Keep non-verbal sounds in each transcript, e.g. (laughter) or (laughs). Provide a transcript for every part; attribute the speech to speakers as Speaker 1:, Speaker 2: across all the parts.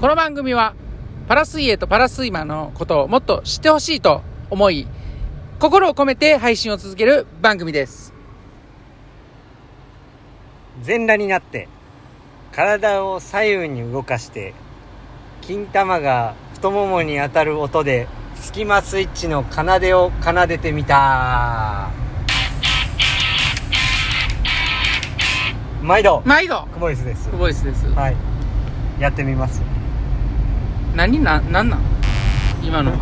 Speaker 1: この番組はパラ水泳とパラスイマーのことをもっと知ってほしいと思い心を込めて配信を続ける番組です
Speaker 2: 全裸になって体を左右に動かして金玉が太ももに当たる音でスキマスイッチの奏でを奏でてみた毎度
Speaker 1: 毎度
Speaker 2: 久保スです
Speaker 1: クボイスです、
Speaker 2: はいやってみます
Speaker 1: 何な何なん今 (laughs) の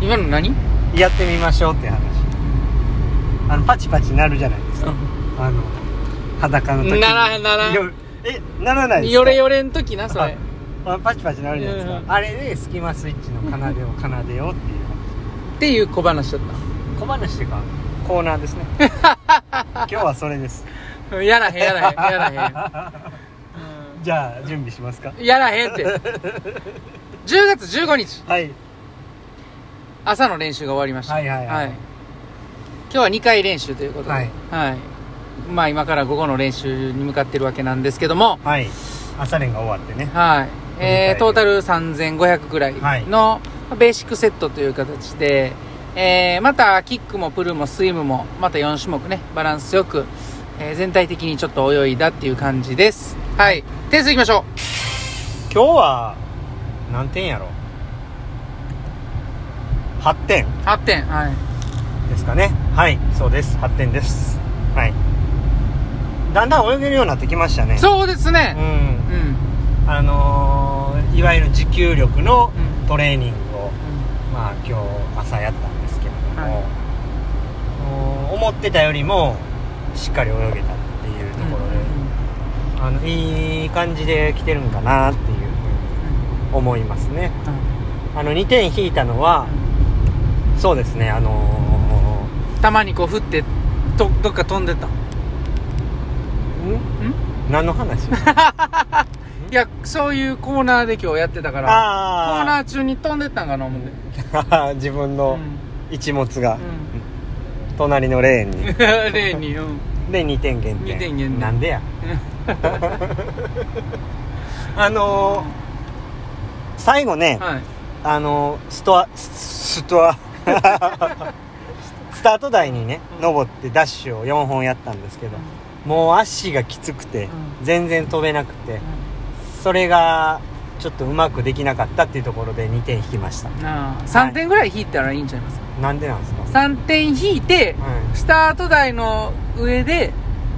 Speaker 1: 今の何
Speaker 2: やってみましょうって話あのパチパチなるじゃないですかあの裸の時に
Speaker 1: ならへんならへん
Speaker 2: よえならないですか
Speaker 1: よれよれん時なそ
Speaker 2: は
Speaker 1: れ
Speaker 2: いあパチパチなるじゃないですか、
Speaker 1: うん
Speaker 2: あれでスキマスイッチの奏でを奏でよう
Speaker 1: っ
Speaker 2: っていう
Speaker 1: ていう小話だっ
Speaker 2: 小話というかコーナーですね今日はそれです
Speaker 1: たやらへんやらへんやらへん、
Speaker 2: じゃあ準備します
Speaker 1: (laughs)
Speaker 2: か
Speaker 1: やらへんって10月15日
Speaker 2: はい
Speaker 1: 朝の練習が終わりました
Speaker 2: はいはいはい
Speaker 1: 今日は2回練習ということでは
Speaker 2: はいい、
Speaker 1: まあ今から午後の練習に向かってるわけなんですけども
Speaker 2: はい朝練が終わってね
Speaker 1: はいえー、
Speaker 2: 二回
Speaker 1: トータル3500ぐらいのベーシックセットという形で、えーまたキックもプルもスイムもまた4種目ねバランスよく、えー全体的にちょっと泳いだっていう感じですはい点数いきましょ
Speaker 2: 今日は何点やろ8点
Speaker 1: う8点はい
Speaker 2: ですかねはいそうです8点ですはいだんだん泳げるようになってきましたね
Speaker 1: そうです
Speaker 2: う
Speaker 1: ね
Speaker 2: ん
Speaker 1: うん、うん
Speaker 2: あのーいわゆる持久力のトレーニングをまあ今日朝やったんですけれども、うん思ってたよりもしっかり泳げたっていうところで、あのいい感じで来てるんかなっていうふうに思いますねあの2点引いたのはそうですねあの
Speaker 1: たまにこう振ってとどっか飛んでった
Speaker 2: ーん何の話
Speaker 1: (laughs) いやそういうコーナーで今日やってたからコーナ
Speaker 2: あ
Speaker 1: ー中に飛んでったんかな思って
Speaker 2: あ自分
Speaker 1: う
Speaker 2: の
Speaker 1: ん
Speaker 2: 一物が
Speaker 1: う
Speaker 2: 隣のレーンに
Speaker 1: ん (laughs) 例に (laughs) うん
Speaker 2: で2点減点
Speaker 1: 二点減点
Speaker 2: なんでやあのー最後ね、
Speaker 1: はい
Speaker 2: あのストアス
Speaker 1: (laughs)
Speaker 2: ストアスタート台にね
Speaker 1: うん
Speaker 2: 登ってダッシュを4本やったんですけどもう足がきつくて
Speaker 1: う
Speaker 2: 全然飛べなくてそれがちょっとうまくできなかったっていうところで2点引きました
Speaker 1: なあ3点ぐらい引いたらいいんちゃいます
Speaker 2: なんでなんですか、
Speaker 1: 3点引いて
Speaker 2: は
Speaker 1: スタート台の上で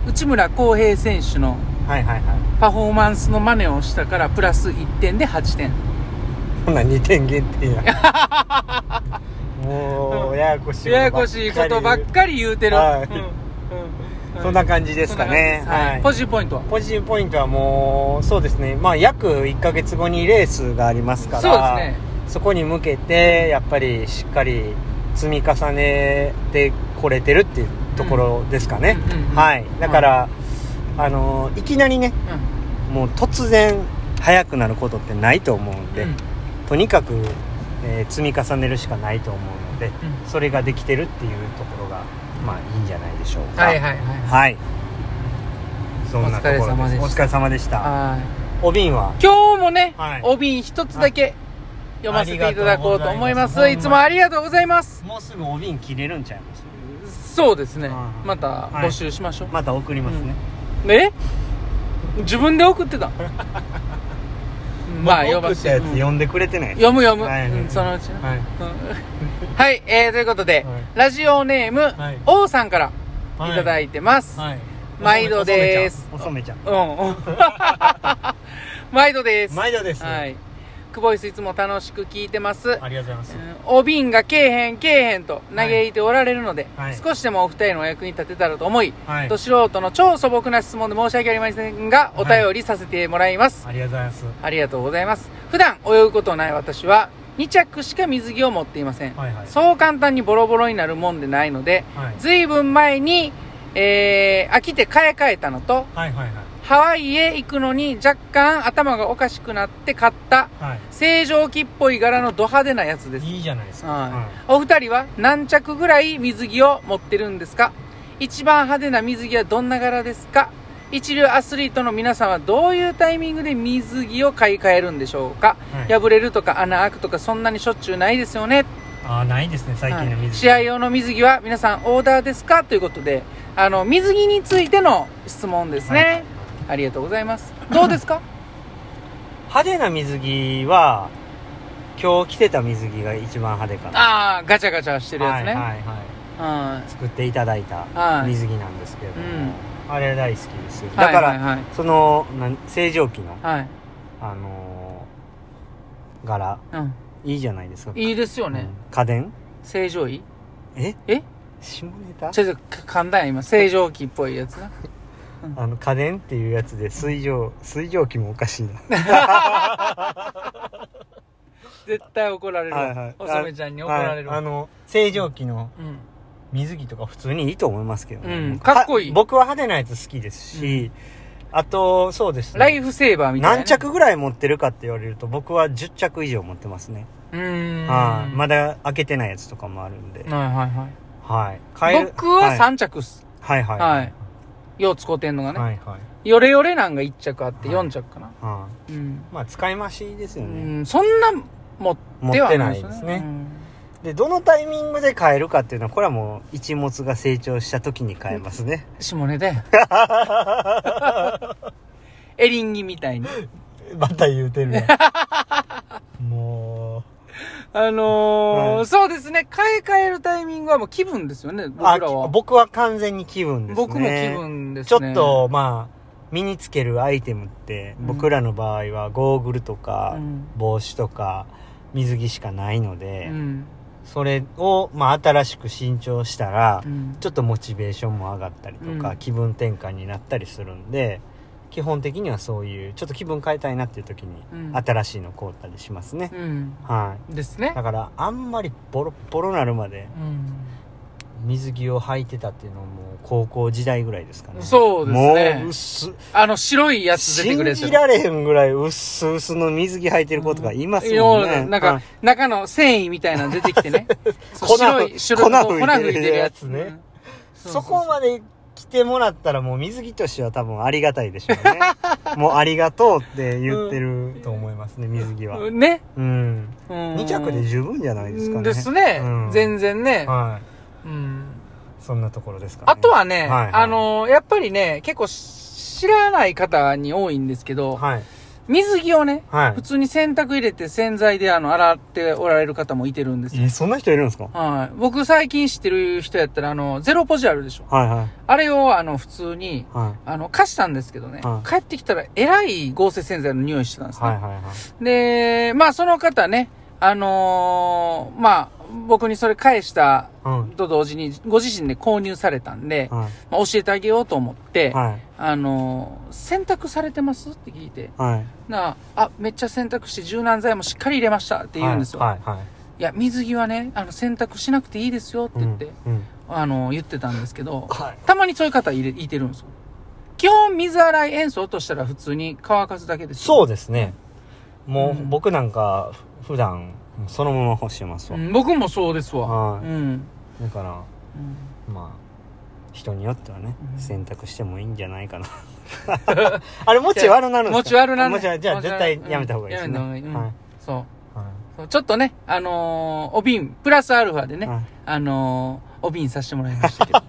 Speaker 1: 内村航平選手の
Speaker 2: い、はいはいはい
Speaker 1: パフォーマンスの真似をしたからプラス1点で8点
Speaker 2: ほな2点減点や
Speaker 1: (laughs)
Speaker 2: もうややこしい
Speaker 1: ややこしいことばっかり言うてる、
Speaker 2: はい
Speaker 1: うんうんうん
Speaker 2: そんな感じですかね
Speaker 1: そんな感じですはいポジティブポイントは
Speaker 2: ポジティブポイントはもうそうですねまあ約1ヶ月後にレースがありますから
Speaker 1: そうですね
Speaker 2: そこに向けてやっぱりしっかり積み重ねてこれてるっていうところですかね、
Speaker 1: うんうんうんうん
Speaker 2: はいだから、あのいきなりねもう突然速くなることってないと思うん
Speaker 1: うん
Speaker 2: で、
Speaker 1: うん
Speaker 2: とにかく、えー積み重ねるしかないと思うのでそれができてるっていうところがまあいいんじゃないでしょう
Speaker 1: うん
Speaker 2: か
Speaker 1: はいはいはい
Speaker 2: はいそんなところです
Speaker 1: お疲れ様でした
Speaker 2: お疲れ様でした
Speaker 1: はい
Speaker 2: お瓶は
Speaker 1: 今日もね、
Speaker 2: はい
Speaker 1: お瓶一つだけ読ませていただこうと思います
Speaker 2: あ
Speaker 1: い
Speaker 2: りがとうございます
Speaker 1: つもありがとうございます
Speaker 2: もうすぐお瓶切れるんちゃいます
Speaker 1: そうですね
Speaker 2: はい
Speaker 1: また募集しましょう、
Speaker 2: また送りますね、
Speaker 1: え自分で送って
Speaker 2: (laughs)
Speaker 1: たまあ呼
Speaker 2: 僕
Speaker 1: ば
Speaker 2: 送っ
Speaker 1: せて
Speaker 2: たやつ読んでくれてないです
Speaker 1: 読む読む、
Speaker 2: はい
Speaker 1: うんそのう (laughs) ちな
Speaker 2: はい
Speaker 1: うんはい、えー、ということで、
Speaker 2: はい
Speaker 1: ラジオネーム、
Speaker 2: はい
Speaker 1: 王さんから
Speaker 2: はい
Speaker 1: いただいてます、
Speaker 2: はい
Speaker 1: 毎度です
Speaker 2: お染めちゃんお染
Speaker 1: うん (laughs) 毎度で
Speaker 2: めちゃん
Speaker 1: す
Speaker 2: 毎度で
Speaker 1: (laughs)
Speaker 2: す、
Speaker 1: はい久保井スいつも楽しく聞いてます、
Speaker 2: ありがとうございます、
Speaker 1: うんお瓶がけえへんけえへんと嘆いておられるので、
Speaker 2: はい
Speaker 1: 少しでもお二人のお役に立てたらと思い、
Speaker 2: はい
Speaker 1: ど素人の超素朴な質問で申し訳ありませんがお
Speaker 2: はい
Speaker 1: 便りさせてもらいます、
Speaker 2: ありがとうございます
Speaker 1: ありがとうございます普段泳ぐことない私は2着しか水着を持っていません、
Speaker 2: はいはい
Speaker 1: そう簡単にボロボロになるもんでないので
Speaker 2: はい
Speaker 1: ずいぶん前に、えー飽きて買い替えたのと
Speaker 2: はいはいはい
Speaker 1: ハワイへ行くのに若干頭がおかしくなって買った
Speaker 2: はい
Speaker 1: 正常期っぽい柄のド派手なやつです
Speaker 2: いいじゃないですか、
Speaker 1: はい、お二人は何着ぐらい水着を持ってるんですか一番派手な水着はどんな柄ですか一流アスリートの皆さんはどういうタイミングで水着を買い替えるんでしょうか、
Speaker 2: はい
Speaker 1: 破れるとか穴開くとかそんなにしょっちゅうないですよね
Speaker 2: ああないですね最近
Speaker 1: は
Speaker 2: の
Speaker 1: い
Speaker 2: 水着、
Speaker 1: 試合用の水着は皆さんオーダーですかということであの水着についての質問ですね、ありがとうございますどうです
Speaker 2: (laughs)
Speaker 1: か
Speaker 2: 派手な水着は今日着てた水着が一番派手かな
Speaker 1: ああガチャガチャしてるやつね、
Speaker 2: はいはいはい
Speaker 1: はい
Speaker 2: 作っていただいた
Speaker 1: はい
Speaker 2: 水着なんですけれども、
Speaker 1: うん
Speaker 2: あれ大好きですよだから、
Speaker 1: はいはい
Speaker 2: そのなん正常期の、
Speaker 1: はい、はい
Speaker 2: あのー柄
Speaker 1: うん、
Speaker 2: いいじゃないですか
Speaker 1: いいですよね、
Speaker 2: うん家電
Speaker 1: 正常位
Speaker 2: え
Speaker 1: え
Speaker 2: 下ネタ
Speaker 1: ちょっと噛んだんや今正常期っぽいやつな
Speaker 2: あの家電っていうやつで水蒸水蒸気もおかしいな
Speaker 1: 絶対怒られる、
Speaker 2: はいはい
Speaker 1: おさめちゃんに怒られる、
Speaker 2: はいあの正常期の
Speaker 1: うん、
Speaker 2: 水着とか普通にいいと思いますけどね、
Speaker 1: うんかっこいい
Speaker 2: 僕は派手なやつ好きですし、あとそうですね
Speaker 1: ライフセーバーみたいな、ね、
Speaker 2: 何着ぐらい持ってるかって言われると僕は10着以上持ってますね、
Speaker 1: うーん
Speaker 2: はいまだ開けてないやつとかもあるんで、
Speaker 1: はいはいはい
Speaker 2: はい買える
Speaker 1: 僕は
Speaker 2: はい
Speaker 1: 3着っす、
Speaker 2: はいはい
Speaker 1: はいよう使うてんのがね、
Speaker 2: はいはい
Speaker 1: ヨレヨレなんが1着あって
Speaker 2: はい
Speaker 1: 4着かな、
Speaker 2: は
Speaker 1: うん、
Speaker 2: いまあ使い増しですよ
Speaker 1: う
Speaker 2: ね、
Speaker 1: んそんな持っ
Speaker 2: 持
Speaker 1: て
Speaker 2: っ
Speaker 1: は
Speaker 2: て
Speaker 1: な
Speaker 2: ないい
Speaker 1: で
Speaker 2: ですす
Speaker 1: ね
Speaker 2: ねでどのタイミングで買えるかっていうのはこれはもう一物が成長した時に買えま
Speaker 1: (laughs)
Speaker 2: すね、
Speaker 1: うん下ネタ
Speaker 2: (laughs)
Speaker 1: やエリンギみたいに
Speaker 2: また言うてるねも
Speaker 1: あのー
Speaker 2: はい
Speaker 1: そうですね買い替えるタイミングはもう気分ですよね
Speaker 2: う
Speaker 1: 僕らは
Speaker 2: あ僕は完全に気分ですね
Speaker 1: 僕も気分です
Speaker 2: ちょ
Speaker 1: ね
Speaker 2: っと、まあ、身につけるアイテムって、僕らの場合はゴーグルとか
Speaker 1: う、ん
Speaker 2: 帽子とか、水着しかないので、
Speaker 1: うん
Speaker 2: それを、まあ、新しく新調したら、
Speaker 1: うん
Speaker 2: ちょっとモチベーションも上がったりとか、
Speaker 1: うん
Speaker 2: 気分転換になったりするんで、基本的にはそういう、ちょっと気分変えたいなっていう時に、
Speaker 1: うん
Speaker 2: 新しいの買うたりしますね。
Speaker 1: うん
Speaker 2: はい。
Speaker 1: ですね
Speaker 2: だから、あんまりボロッボロなるまで、
Speaker 1: うん
Speaker 2: 水着を履いてたっていうのはもう、高校時代ぐらいですかね。
Speaker 1: そうですね
Speaker 2: もう、薄っ
Speaker 1: あの白いやつ出てくるやつ
Speaker 2: 信じられへんぐらいうっすうすの水着履いてる子とかいます
Speaker 1: よ
Speaker 2: も
Speaker 1: うん
Speaker 2: ね。
Speaker 1: なんか、中の繊維みたいなの出てきて
Speaker 2: (laughs)
Speaker 1: ね。そう
Speaker 2: 粉
Speaker 1: 白い、白い、
Speaker 2: 粉
Speaker 1: 粉
Speaker 2: 吹いてる
Speaker 1: 吹いてるやつ
Speaker 2: やつね
Speaker 1: ね。
Speaker 2: うんそこまで来てもらったらもう水着としては多分ありがたいでしょうね。 (laughs) もうありがとうって言ってると思いますね、水着は。
Speaker 1: で。ね。
Speaker 2: うん。
Speaker 1: うん
Speaker 2: 2着で十分じゃないですかね。
Speaker 1: ですね
Speaker 2: うん。
Speaker 1: 全然ね。
Speaker 2: はい。
Speaker 1: うん
Speaker 2: そんなところですかね。
Speaker 1: あとはね、
Speaker 2: はいはい
Speaker 1: あの、やっぱりね、結構知らない方に多いんですけど、
Speaker 2: はい。
Speaker 1: 水着をね、
Speaker 2: はい
Speaker 1: 普。通に洗濯入れて洗剤であの、洗っておられる方もいてるんですよ。
Speaker 2: え、そんな人いるんですか
Speaker 1: はい。僕最近知ってる人やったら、あの、ゼロポジあるでしょ。
Speaker 2: はいはい。
Speaker 1: あれをあの、普通に、
Speaker 2: はい。
Speaker 1: あの、貸したんですけどね、
Speaker 2: はい
Speaker 1: 帰ってきたら、えらい合成洗剤の匂いしてたんですね。
Speaker 2: はいはいはい。
Speaker 1: で、まあ、その方ね、あのーまあ、僕にそれ返した
Speaker 2: うん。
Speaker 1: と同時に、ご自身で購入されたんで、
Speaker 2: は
Speaker 1: まあ、教えてあげようと思って、
Speaker 2: い。はい。
Speaker 1: あのー洗濯されてますって聞いて、
Speaker 2: はい。
Speaker 1: なあ、あ、めっちゃ洗濯して柔軟剤もしっかり入れましたって言うんですよ。
Speaker 2: はいはい。
Speaker 1: いや、水着はね、あの、洗濯しなくていいですよって言って、
Speaker 2: うん。うん
Speaker 1: あのー言ってたんですけど、
Speaker 2: はい。
Speaker 1: たまにそういう方いれいてるんですよ。基本水洗い塩素落としたら普通に乾かすだけですよ。
Speaker 2: そうですね。も
Speaker 1: う
Speaker 2: うん僕なんかふ普段そのまま干してますわ。
Speaker 1: ん僕もそうですわ。
Speaker 2: は
Speaker 1: う
Speaker 2: い
Speaker 1: ん。
Speaker 2: だからまあ人によってはね、
Speaker 1: うん
Speaker 2: 洗濯してもいいんじゃないかな。 (laughs) あれもち悪なるんですか。
Speaker 1: もち悪なん
Speaker 2: もち悪じゃあ
Speaker 1: もち
Speaker 2: 絶
Speaker 1: 悪
Speaker 2: 対やめた方がいいですね。
Speaker 1: うんやめた方がいいうん
Speaker 2: はい
Speaker 1: そう
Speaker 2: は
Speaker 1: そう。ちょっとね、あのーお瓶、プラスアルファで
Speaker 2: い
Speaker 1: ね、
Speaker 2: はい。
Speaker 1: あのーお瓶させてもらいましたけ
Speaker 2: (laughs)
Speaker 1: ど。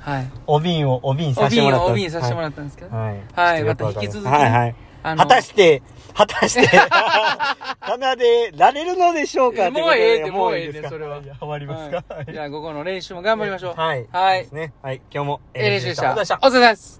Speaker 1: はい。
Speaker 2: お瓶をお瓶
Speaker 1: お
Speaker 2: させて
Speaker 1: 瓶
Speaker 2: もらっ
Speaker 1: を
Speaker 2: た。
Speaker 1: お瓶させてもらったんですけど。
Speaker 2: はい。
Speaker 1: はい
Speaker 2: ちょっとよく
Speaker 1: ま
Speaker 2: わかり
Speaker 1: た引き続きね
Speaker 2: はいはい。
Speaker 1: あの
Speaker 2: 果たして、果たして、 (laughs) 奏でられるのでしょうか
Speaker 1: もうええって
Speaker 2: といことで
Speaker 1: もうええって
Speaker 2: ですか
Speaker 1: それは
Speaker 2: はい終わりますか。
Speaker 1: はいじゃあ、ここの練習も頑張りましょう。
Speaker 2: はい。
Speaker 1: はい
Speaker 2: ですね。はい。今日も
Speaker 1: えー練習でした。お
Speaker 2: ありがとうござ
Speaker 1: 疲
Speaker 2: いま
Speaker 1: れ様です。